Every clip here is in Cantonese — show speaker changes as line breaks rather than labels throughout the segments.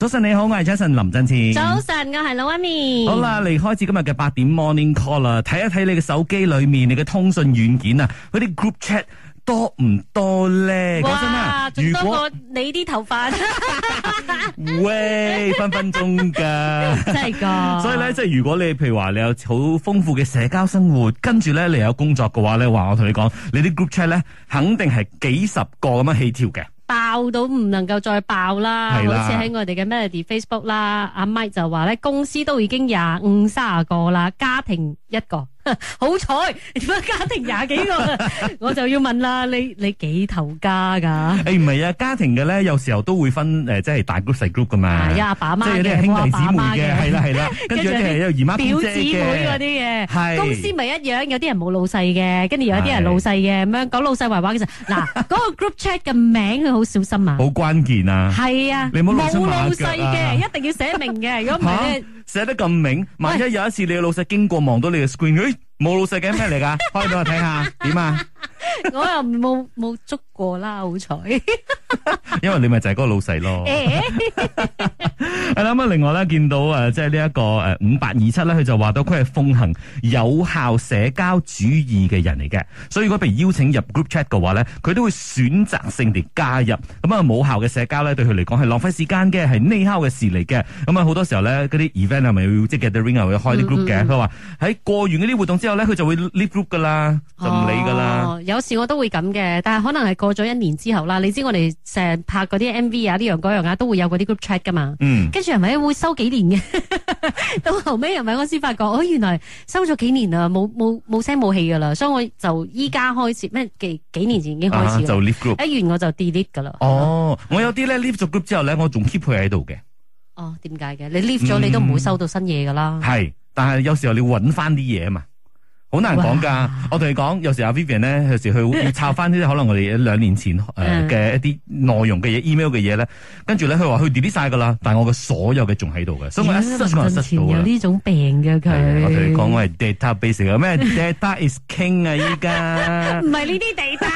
早晨你好，我係 Jason 林振前。
早晨，我係老一面。
嗯好，啦，嚟開始今日嘅八點 Morning Call 啦，睇一睇你嘅手機裏面你嘅通訊軟件啊，嗰啲 group chat 多唔多咧？講真
哇
啊，，
仲
如
多
果
過你啲 頭髮，
喂分分鐘 㗎。
真係噶
所以咧，即係如果你譬如話你有好豐富嘅社交生活，跟住咧你有工作嘅話咧，話我同你講，你啲 group chat 咧肯定係幾十個咁樣起跳嘅。
爆到唔能夠再爆啦，好
係啦
似喺我哋嘅 Melody Facebook 啦，阿 Mike 就話咧公司都已經廿五卅個啦，家庭一個， 好彩點解家庭廿幾個？ 我就要問啦，你你幾頭家㗎？
誒唔係啊，家庭嘅咧有時候都會分誒、即係大 group 細 group 噶嘛。
啊，有阿爸阿
即係
媽
有啲
嘅，
係
冇
兄
阿
弟姊
爸阿
妹
媽
嘅，係
嘅，
啦係 啦，跟住有啲係有姨媽
表
姑
姊妹嗰
姐嘅，
啲嘅。
係
公司咪一樣，有啲人冇老細嘅，跟住有啲人老細嘅咁樣講老細壞話嘅 時候，嗱嗰個 group chat 嘅名佢好小心啊
好，關鍵啊！
係啊，
你唔好老手
冇
馬
老
腳啊
細嘅一定要寫明嘅，如果唔係咧
寫得咁明，萬一有一次你嘅老細經過望到你嘅 screen，誒冇老細嘅咩嚟㗎？開俾我睇下點啊？
我又冇冇捉過啦，好彩。
因為你咪就係嗰個老細 咯。
誒
係啦，咁啊，另外咧見到誒，即係呢一個誒五八二七咧，佢就話到佢係奉行有效社交主義嘅人嚟嘅，所以如果被邀請入 group chat 嘅話咧，佢都會選擇性地加入。咁啊，冇效嘅社交咧，對佢嚟講係浪費時間嘅，係內耗嘅事嚟嘅。咁啊，好多時候咧，嗰啲 event 係咪要即係 gathering 啊，會開啲 group
嗯
嘅？佢話喺過完嗰啲活動之後咧，佢就會 leave group 噶啦，就唔理噶啦。
哦有時我都會咁嘅，但係可能係過咗一年之後啦。你知我哋成日拍嗰啲 MV 啊，呢樣嗰樣啊，都會有嗰啲 group chat 噶嘛。
嗯，
跟住係咪會收幾年嘅？ 到後尾係咪我先發覺，哦，原來收咗幾年啦，冇冇冇聲冇氣噶啦，所以我就依家開始咩幾幾年前已經開
啊
始啦
就 leave group。
一完我就 delete 噶啦。
哦，我有啲咧 leave 咗 group 之後咧，我仲 keep 佢喺度嘅。
哦，點解嘅？你 leave 咗你都唔會收到新嘢噶啦。
系，但系有時候你揾翻啲嘢啊嘛，好難講㗎。我同你講，有時阿 Vivian 咧，有時佢 要抄翻啲可能我哋兩年前诶
嗯
嘅一啲內容嘅嘢、email 嘅嘢咧，跟住咧佢話佢 delete 晒㗎啦，但係我嘅所有嘅仲喺度嘅，所以我一
咦林
search 我就
振
search
前
到
有
㗎啦。
呢種病嘅
係啊
佢。
我同你講，我係 database 嚟嘅，咩 data is king 啊！依家
唔係呢 啲地方。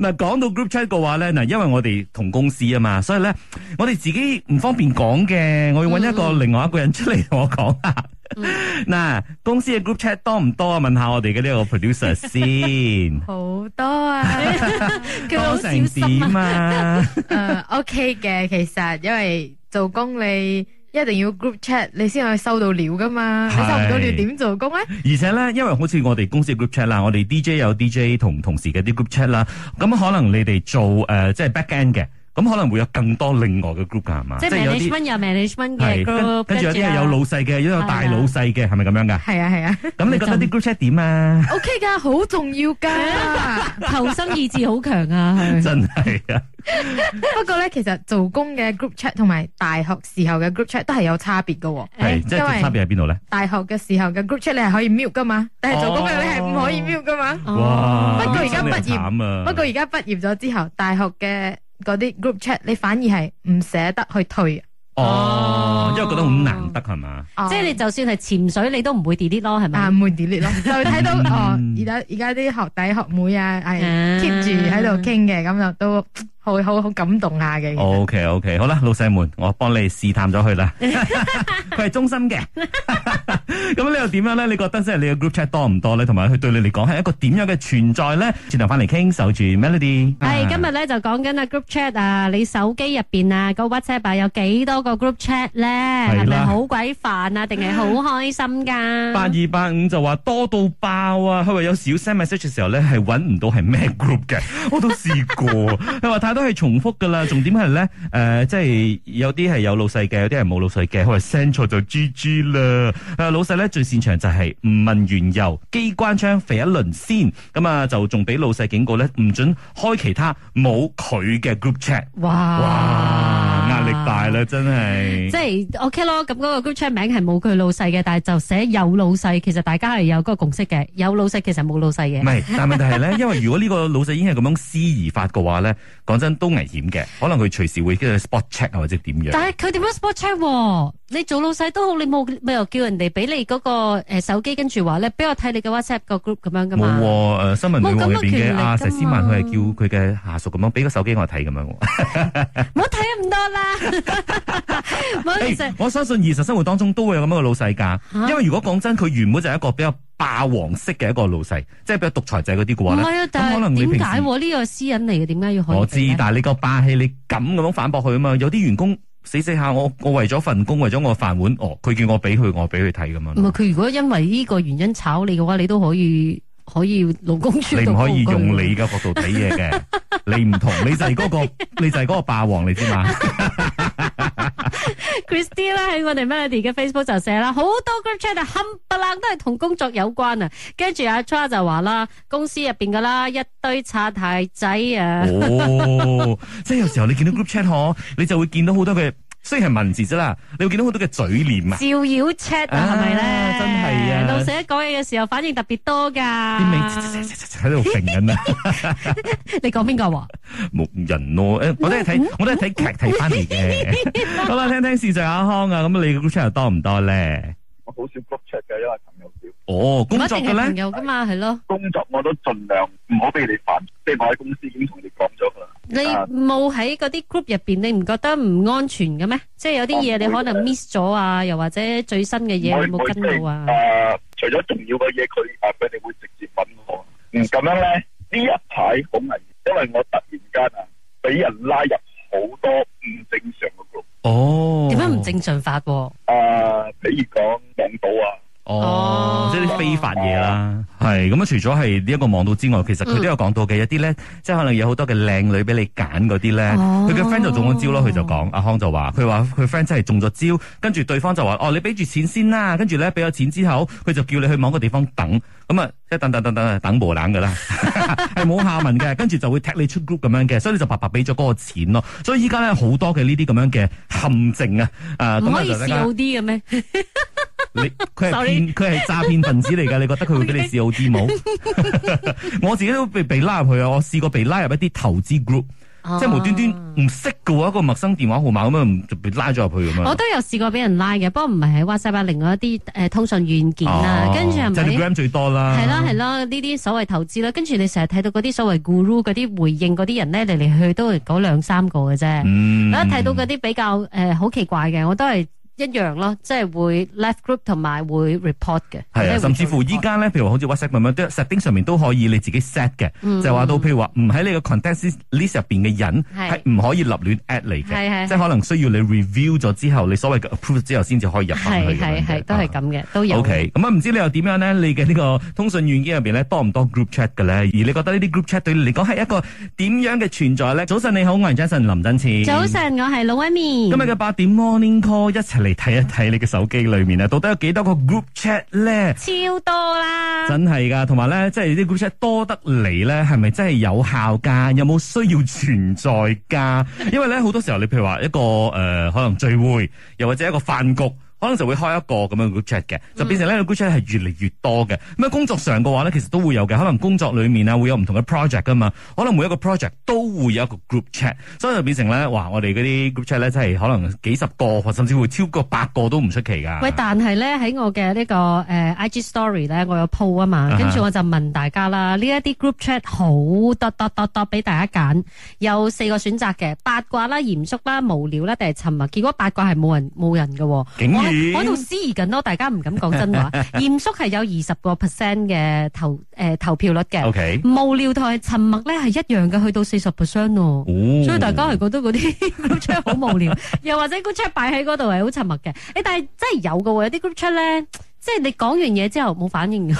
嗱講到 group chat 嘅話咧，嗱因為我哋同公司啊嘛，所以咧我哋自己唔方便講嘅，我要揾一個另外一個人出嚟同我講啊。
嗯
嗱，公司嘅 group chat 多唔多啊？問下我哋嘅呢個 producer 先，
好多啊！
多
佢好小
成
心啊。
點啊？
誒 OK 嘅，其實因為做工你一定要 group chat，你先可以收到料噶嘛。你
係
收唔到料點做工咧？
而且咧，因為好似我哋公司嘅 group chat 啦，我哋 DJ 有 DJ 同同事嘅啲 group chat 啦，咁可能你哋做誒、呃即係 back end 嘅，咁可能會有更多另外嘅 group 㗎係嘛？
即係
有啲
management 有 management 嘅
係
group，
跟跟住有啲係有老細嘅，有啲有大
係啊
老細嘅，係咪咁樣㗎？
係啊係啊
咁你覺得啲 group chat 點啊？
，OK 噶，好重要噶。
求生意志好強啊！佢
真係啊！
不過咧，其實做工嘅 group chat 同埋大學時候嘅 group chat 都係有差別噶。
係，即
因為
係差別喺邊度咧？
大學嘅時候嘅 group chat 你係可以 mute 噶嘛，但係做工嘅你係唔可以
哦
mute 噶嘛。
哦
哇！
不過而家
真係
畢業
慘啊！
不過而家畢業咗之後，大學嘅嗰啲 group chat 你反而係唔捨得去退。
哦，因為覺得好難得係嘛？
即係你就算係潛水，你都唔會 delete 咯，係咪？
啊，唔 delete 咯，就會睇到哦，
嗯
而家而家啲學弟學妹啊，係
啊
keep 住喺度傾嘅，咁就都好好好感動下嘅。其實
O K O K，好啦，老細們，我幫你試探咗 佢啦。 佢係忠心嘅。咁你又點樣咧？你覺得即係你嘅 group chat 多唔多咧？同埋佢對你嚟講係一個點樣嘅存在咧？轉頭翻嚟傾，守住 Melody。
係今日咧就講緊啊 group chat 啊，你手機入邊啊個 WhatsApp 啊有幾多個 group chat 咧？係咪
啦
好鬼煩啊？定係好開心㗎？
八二八五就話多到爆啊！佢話有時要 send message 嘅時候咧，係揾唔到係咩 group 嘅，我都試過。佢話太多係重複噶啦，重點係咧，誒、呃即係有啲係有老細嘅，有啲係冇老細嘅。佢話 send 錯就 GG 啦。佢話老細咧最擅長就係唔問緣由，機關槍肥一輪先，咁啊就仲俾老細警告咧，唔准開其他冇佢嘅 group chat。
哇
哇，壓力大啦，真係
即。係 OK 咯，咁嗰個 group chat 名係冇佢老細嘅，但係就寫有老細，其實大家係有嗰個共識嘅，有老細其實冇老細嘅
唔。係，但問題係咧，因為如果呢個老細已經係咁樣私疑法嘅話咧，講真都危險嘅，可能佢隨時會跟住 spot check 啊或者點樣。
但係佢點樣 spot check？喎你做老細都好，你冇理由叫人哋俾你嗰個诶手機，跟住話咧，俾我睇你嘅 WhatsApp 個 group 咁樣噶
冇
嘛。
喎，誒新聞女王入邊
冇咁嘅權
嘅
力
阿
㗎
佘詩曼，
嘛
佢係叫佢嘅下屬咁樣俾個手機我睇咁樣 喎。
唔好睇咁多啦。 冇其實
誒哎我相信現實生活當中都會有咁樣嘅老細㗎，
嚇
因為如果講真，佢原本就係一個比較霸王式嘅一個老細，即係比較獨裁仔嗰啲嘅
唔
話咧。
係啊，
可
但
能
係
你
點
平時
解喎呢個私隱嚟嘅？點解要可以俾呢？
我知，但係你個霸氣，你咁咁樣反駁佢啊嘛。有啲員工死死下，我我為咗份工，為咗我飯碗，哦，佢叫我俾佢，我俾佢睇咁樣
唔係
咯。
佢如果因為呢個原因炒你嘅話，你都可以 可以勞工處
你
度
唔可以
告佢
用 你嘅角度睇嘢嘅， 你唔同，你就係嗰、個，你就係嗰個霸王，你知 嘛？
Christy 啦，喺我哋 Melody 嘅 Facebook 就寫啦，好多 group chat 啊，冚唪唥都係同工作有關啊。跟住阿 Cha 就話啦，公司入邊噶啦，一堆擦鞋仔啊，
哦，即係有時候你見到 group chat 嗬，你就會見到好多嘅，雖然係文字啫啦，你會見到好多嘅嘴臉啊，
照妖 chat 啊，
啊
係咪咧？
真係啊
老細一講嘢嘅時候反應特別多
啲尾
㗎。
喺度揈緊啊，
你講邊個啊話？
冇人咯。誒，我都係睇，我都係 睇劇睇翻嚟嘅。好啦，聽聽視像阿康啊，咁你嘅 group chat 又多唔多咧？
我好少 group chat 嘅，因為朋友少。
哦，
唔
工
一
作
定
嘅
係朋
咧，
友㗎嘛，係咯。
工作我都盡量唔好俾你煩，即係我喺公司已經同你講咗㗎啦。
你
啊
冇喺嗰啲 group 入邊，你唔覺得唔安全嘅咩？即係有啲嘢你可能 miss 咗啊，又或者最新嘅嘢你
我
冇
我即
跟
係
到啊。
誒，除咗重要嘅嘢，佢誒佢哋會直接揾我。嗯，咁樣咧呢一排好危險，因為我突然間啊俾人拉入好多唔正常嘅 group。
哦，
點解唔？正常法喎？
誒，比如講網賭啊，
哦，即係啲非法嘢啦，係咁啊！除咗係呢一個網度之外，其實佢都有講到嘅一啲咧，即係可能有好多嘅靚女俾你揀嗰啲咧，
哦
佢嘅 friend 就中咗招咯。佢就講，阿康就話，佢話佢 friend 真係中咗招，跟住對方就話，哦，你俾住錢先啦，跟住咧俾咗錢之後，佢就叫你去某一個地方等，咁啊，一等等等等等無冷噶啦，係冇下文嘅，跟住就會踢你出 group 咁樣嘅，所以你就白白俾咗嗰個錢咯。所以依家咧好多嘅呢啲咁樣嘅陷阱啊，啊，
唔
咁啊
可以
就大
試
家
好啲嘅咩？
你佢係
Sorry
騙佢係詐騙分子嚟㗎，你覺得佢會俾你
Okay
試好啲冇？ 我自己都被被拉入去啊！我試過被拉入一啲投資 group，即係無端嗯
啊
端唔識嘅喎，一個陌生電話號碼咁樣就被拉咗入去咁樣。
我都有試過俾人拉嘅，不過唔係喺 WhatsApp 啊，另外一啲誒通訊軟件啦，啊跟住係咪？
哦 Telegram 最多啦，
係啦係啦，呢啲所謂投資啦，跟住你成日睇到嗰啲所謂 guru 嗰啲回應嗰啲人咧，嚟嚟去去都係嗰兩三個嘅啫。
嗯，
我一睇到嗰啲比較誒好、奇怪嘅，我都係一樣咯，即係會 left group 同埋會 report 嘅。
係
即係
啊，
會
甚至乎
做
依
report
家咧，譬如好似 WhatsApp 咁樣，都 setting 上面都可以你自己 set 嘅，
嗯
就話到譬如話唔喺你個 contact list 入邊嘅人
係
係唔可以立亂 at 你
係係
嘅，即係可能需要你 review 咗之後，你所謂嘅 approve 之後先至可以入翻去
係
咁樣
係
嘅
係都係
啊
咁嘅，都有。
O K，咁啊，唔知你又點樣咧？你嘅呢個通訊軟件入邊咧，多唔多 group chat 嘅咧？而你覺得呢啲 group chat 對你嚟講係一個點樣嘅存在咧？早晨你好，我係 Jason 林振前。
早。晨，我係老威面。
今日嘅八點 morning call，一齊嚟睇一睇你嘅手機裏面啊，到底有幾多個 group chat 咧？
超多啦，
真啊係噶，同埋咧，即係啲 group chat 多得嚟咧，係咪真係有效噶？有冇需要存在噶？因為咧好多時候，你譬如話一個誒、呃可能聚會，又或者一個飯局。可能就會開一個咁樣嘅 group chat 嘅，就變成
嗯
呢個 group chat 係越嚟越多嘅。咁喺工作上嘅話咧，其實都會有嘅。可能工作裡面啊，會有唔同嘅 project 噶嘛。可能每一個 project 都會有一個 group chat，所以就變成咧，哇！我哋嗰啲 group chat 咧，真係可能幾十個，甚至會超過百個都唔出奇噶。
喂，但係咧喺我嘅呢、個誒、呃 IG story 咧，我有 po 啊嘛，跟住我就問大家啦，呢一啲 group chat 好多多多多俾大家揀，有四個選擇嘅，八卦啦、嚴肅啦、無聊啦，定係沉默。結果八卦係冇人冇人嘅喎。
竟
我
然
我喺度思疑緊咯，大家唔敢講真 話。嚴肅係有二十個 percent 嘅投誒、呃投票率嘅
O K，
無聊同埋沉默咧係一樣嘅，去到四十 percent 喎。
嗯
所以大家係覺得嗰啲 group chat 好 無聊，又或者 group chat 擺喺嗰度係好沉默嘅。誒，但係真係有嘅喎，有啲 group chat 咧，即係你講完嘢之後冇反應嘅，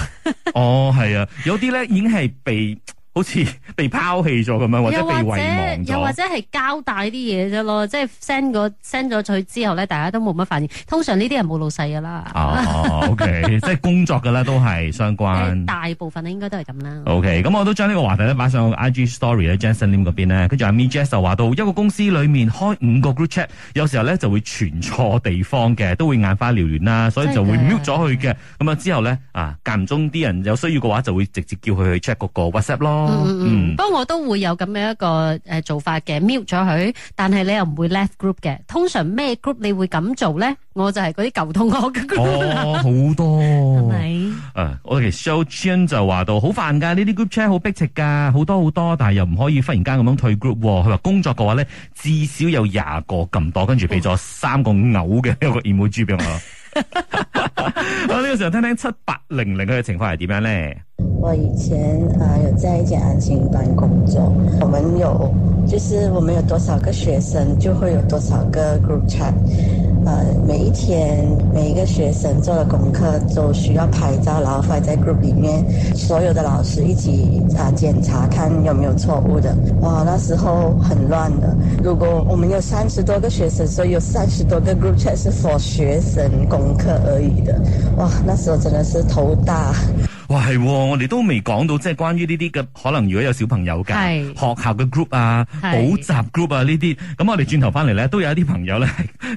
哦，係啊，有啲咧已經係被好似 被拋棄咗咁樣，或者
又
被
或
遺
者
忘
又或
咗。
者係交代啲嘢啫咯，即係 send 個 send 咗佢之後咧，大家都冇乜反應。通常呢啲人冇老細噶啦，
哦 ，OK，即係工作噶啦，都係相關。
大部分咧應該都係咁啦。
OK，咁我都將呢個話題咧擺上 IG Story 咧，Jensen Lim 嗰邊咧，跟住阿 Me Jess 就話到一個公司裡面開五個 group chat，有時候咧就會傳錯地方嘅，都會眼花撩亂啦，所以就會
真係
mute 咗佢嘅。咁啊之後咧啊間唔中啲人有需要嘅話，就會直接叫佢去 check 嗰個 WhatsApp 咯。咯。
嗯，不過我都會有咁樣一個诶做法嘅，mute 咗佢，但係你又唔會 left group 嘅。通常咩 group 你會咁做咧？我就係嗰啲舊同學嘅 group 啦，
哦，好
係
多。
咪？
誒，嗯我哋 show chin 就話到好煩㗎，呢啲 group chat 好逼切㗎，好多好多，但係又唔可以忽然間咁樣退 group 喎。佢話工作嘅話咧，至少有廿個咁多，跟住俾咗三個嘔嘅 一個 emoji 俾我。好，呢個時候聽聽七八零零佢嘅情況係點樣咧？
我以前啊、有在一间安心班工作，我们有就是我们有多少个学生就会有多少个 group chat，呃每一天每一个学生做的功课都需要拍照，然后发在 group 里面，所有的老师一起啊、检查看有没有错误的。哇，那时候很乱的。如果我们有三十多个学生，所以有三十多个 group chat 是 for 学生功课而已的。哇，那时候真的是头大。
哇，係喎，我哋都未講到即係關於呢啲嘅，可能如果有小朋友㗎，
係
學校嘅 group 啊、
係
補習 group 啊呢啲，咁我哋轉頭翻嚟咧，都有一啲朋友咧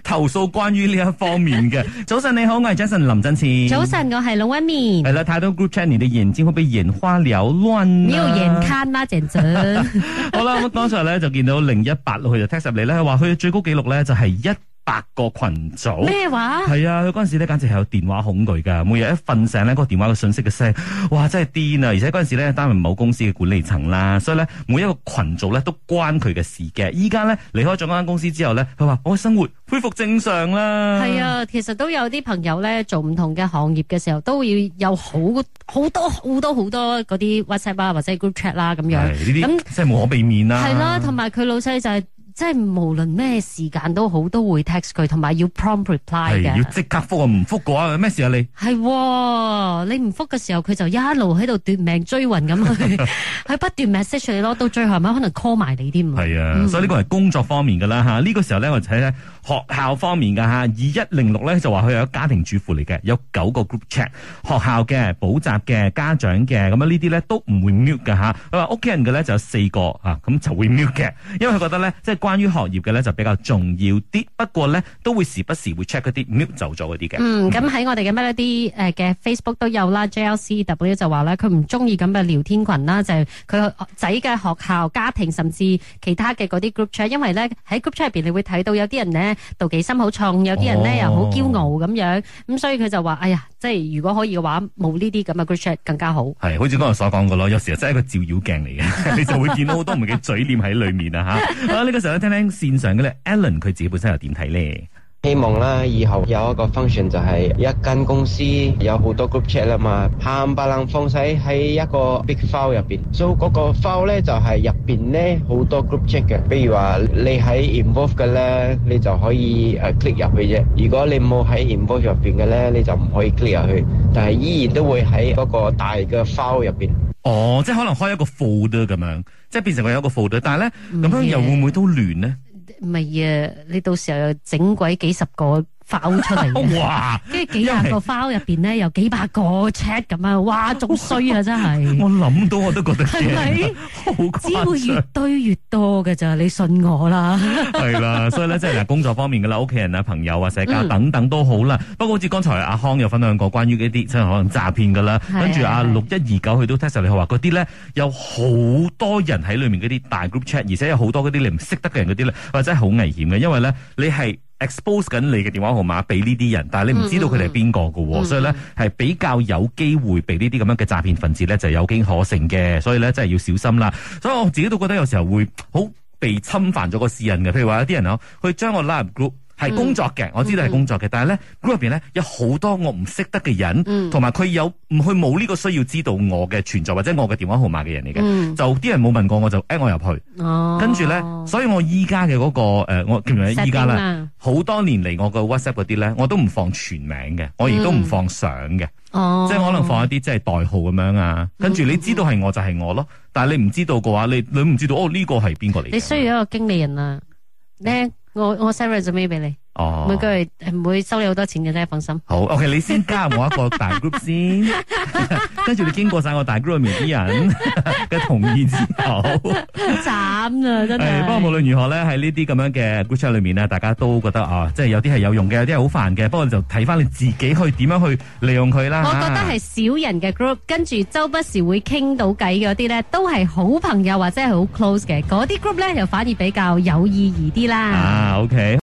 投訴關於呢一方面嘅。早晨你好，我係 Jason 林振前。
早。晨，我係老一
系
面，
了，太多 group chat，你的眼睛會被眼花缭亂
你要
啊
眼看啦，鄭 仔。
好啦，咁剛才咧就見到零一八六，佢就 text 入嚟咧，佢話佢最高紀錄咧就係一百個群組。
咩話？
係啊，佢嗰阵时咧，簡直係有電話恐懼㗎。每日一瞓醒咧，嗰、個電話嘅信息嘅聲，哇，真係癲啊！而且嗰阵时咧，擔任某公司嘅管理層啦，所以咧，每一個群組咧都關佢嘅事嘅。依家咧離開咗嗰間公司之後咧，佢話我嘅生活恢復正常啦。
係，啊，其實都有啲朋友咧做唔同嘅行業嘅時候，都要有好好多好多好多嗰啲 WhatsApp 啊，或者 group chat 啦咁
係
樣。
呢啲
咁
真係無可避免啊啦。
係啦，同埋佢老細就係即係無論咩時間都好，都會 text 佢，同埋要 prompt reply
係要
嘅。
即刻復啊，唔復嘅話咩事啊你？
係喎，你唔復嘅時候，佢就一路喺度奪命追魂咁去，佢不斷 message 你咯，到最後咪可能 call 埋你添。
系啊，
嗯
所以呢個係工作方面噶啦吓，呢、個時候咧我睇咧學校方面噶吓，二一零六咧就話佢有家庭主婦嚟嘅，有九個 group chat，學校嘅、補習嘅、家長嘅，咁啊呢啲咧都唔會 mute 噶吓，佢話屋企人嘅咧就有四個啊，咁就會 mute 嘅，因為佢覺得咧即係關於學業嘅咧就比較重要啲，不過咧都會時不時會 check 嗰啲 mute 走咗嗰啲嘅。
嗯，咁喺我哋嘅 Melody 誒嘅 Facebook 都有啦，JLCW 就話咧，佢唔中意咁嘅聊天群啦，就係佢仔嘅學校、家庭甚至其他嘅嗰啲 group chat，因為咧喺 group chat 入邊，你會睇到有啲人咧妒忌心好重，有啲人咧
哦
又好驕傲咁樣，咁所以佢就話：哎呀，即係如果可以嘅話，冇呢啲咁嘅 group chat 更加好。
係，好似剛才所講嘅咯，有時候真係一個照妖鏡嚟 嘅，你就會見到好多唔同嘅嘴臉喺裏面啊吓。好啦，呢、個時候咧聽聽線上嘅咧 Alan 佢自己本身又點睇咧？
希望啦，以後有一個 function 就係一間公司有好多 group chat 啦嘛，冚唪唥放晒喺一個 big file 入邊。所以嗰個 file 咧就係入邊咧好多 group chat 嘅。比如話你喺 involve 嘅咧，你就可以誒 click 入去啫。如果你冇喺 involve 入邊嘅咧，你就唔可以 click 入去，但係依然都會喺嗰個大嘅 file 入邊。
哦，即係可能開一個 folder 咁樣，即係變成佢有一個 folder，但係咧咁樣
嗯
又會唔會都亂咧？
唔係啊，你到時候又整鬼幾十個 file 出 嚟嘅。
哇！
跟住幾廿個 file 入邊咧，有幾百個 chat 咁啊！哇，仲衰啊，真係。
我諗到我都覺得
係咪
驚，好
只會
誇
越
張。
堆越多嘅咋，你信 我啦。
係啦，所以咧即係嗱工作方面嘅啦，屋企人啊、朋友啊、社
嗯
交等等都好啦。不過好似剛才阿康有分享過關於一啲即係可能詐騙嘅啦，
係啊
跟住阿
係
六一二九佢都 test 你佢話嗰啲咧有好多人喺裏面嗰啲大 group chat，而且有好多嗰啲你唔識得嘅人嗰啲咧，或者係好危險嘅，因為咧你係。expose 緊你嘅電話號碼俾呢啲人，但係你唔知道佢哋係邊個嘅
嗯嗯
喎，
嗯
所以咧係比較有機會被呢啲咁樣嘅詐騙分子咧就有機可乘嘅，所以咧真係要小心啦。所以我自己都覺得有時候會好被侵犯咗個私隱嘅，譬如話有啲人啊，佢將我拉入 group。係工作嘅，我知道係工作嘅，但係咧 group 入邊咧有好多我唔識得嘅人，
嗯
同埋佢有唔佢冇呢個需要知道我嘅存在或者我嘅電話號碼嘅人嚟嘅，
嗯
就啲人冇問過我就 at 我入去，
哦啊
跟住咧，所以我依家嘅嗰個、呃、我叫唔叫依家啦？
啦，
好多年嚟，我個 WhatsApp 嗰啲咧，我都唔放全名嘅，我亦都唔放相嘅，
哦，
即係可能放一啲即係代號咁樣啊。跟住你知道係我就係我咯，但係你唔知道嘅話，你你唔知道哦呢個係邊個嚟嘅？
你需要一個經理人啊。咧，我我 send resume 俾你，
嗯哦
每，個月唔會收你好多錢嘅啫，放心。
好，OK，你先加入我一個大 group 先， 跟住你經過晒我大 group 入面啲人 嘅同意之後，
慘啊，真
誒，
係。
不過無論如何咧，喺呢啲咁樣嘅 group chat 裏面咧，大家都覺得啊，即係有啲係有用嘅，有啲係好煩嘅，不過你就睇翻你自己去點樣去利用佢啦。
我覺得
嚇
係少人嘅 group，跟住周不時會傾到偈嗰啲咧，都係好朋友或者係好 close 嘅。嗰啲 group 咧，就反而比較有意義啲啦。
啊，OK。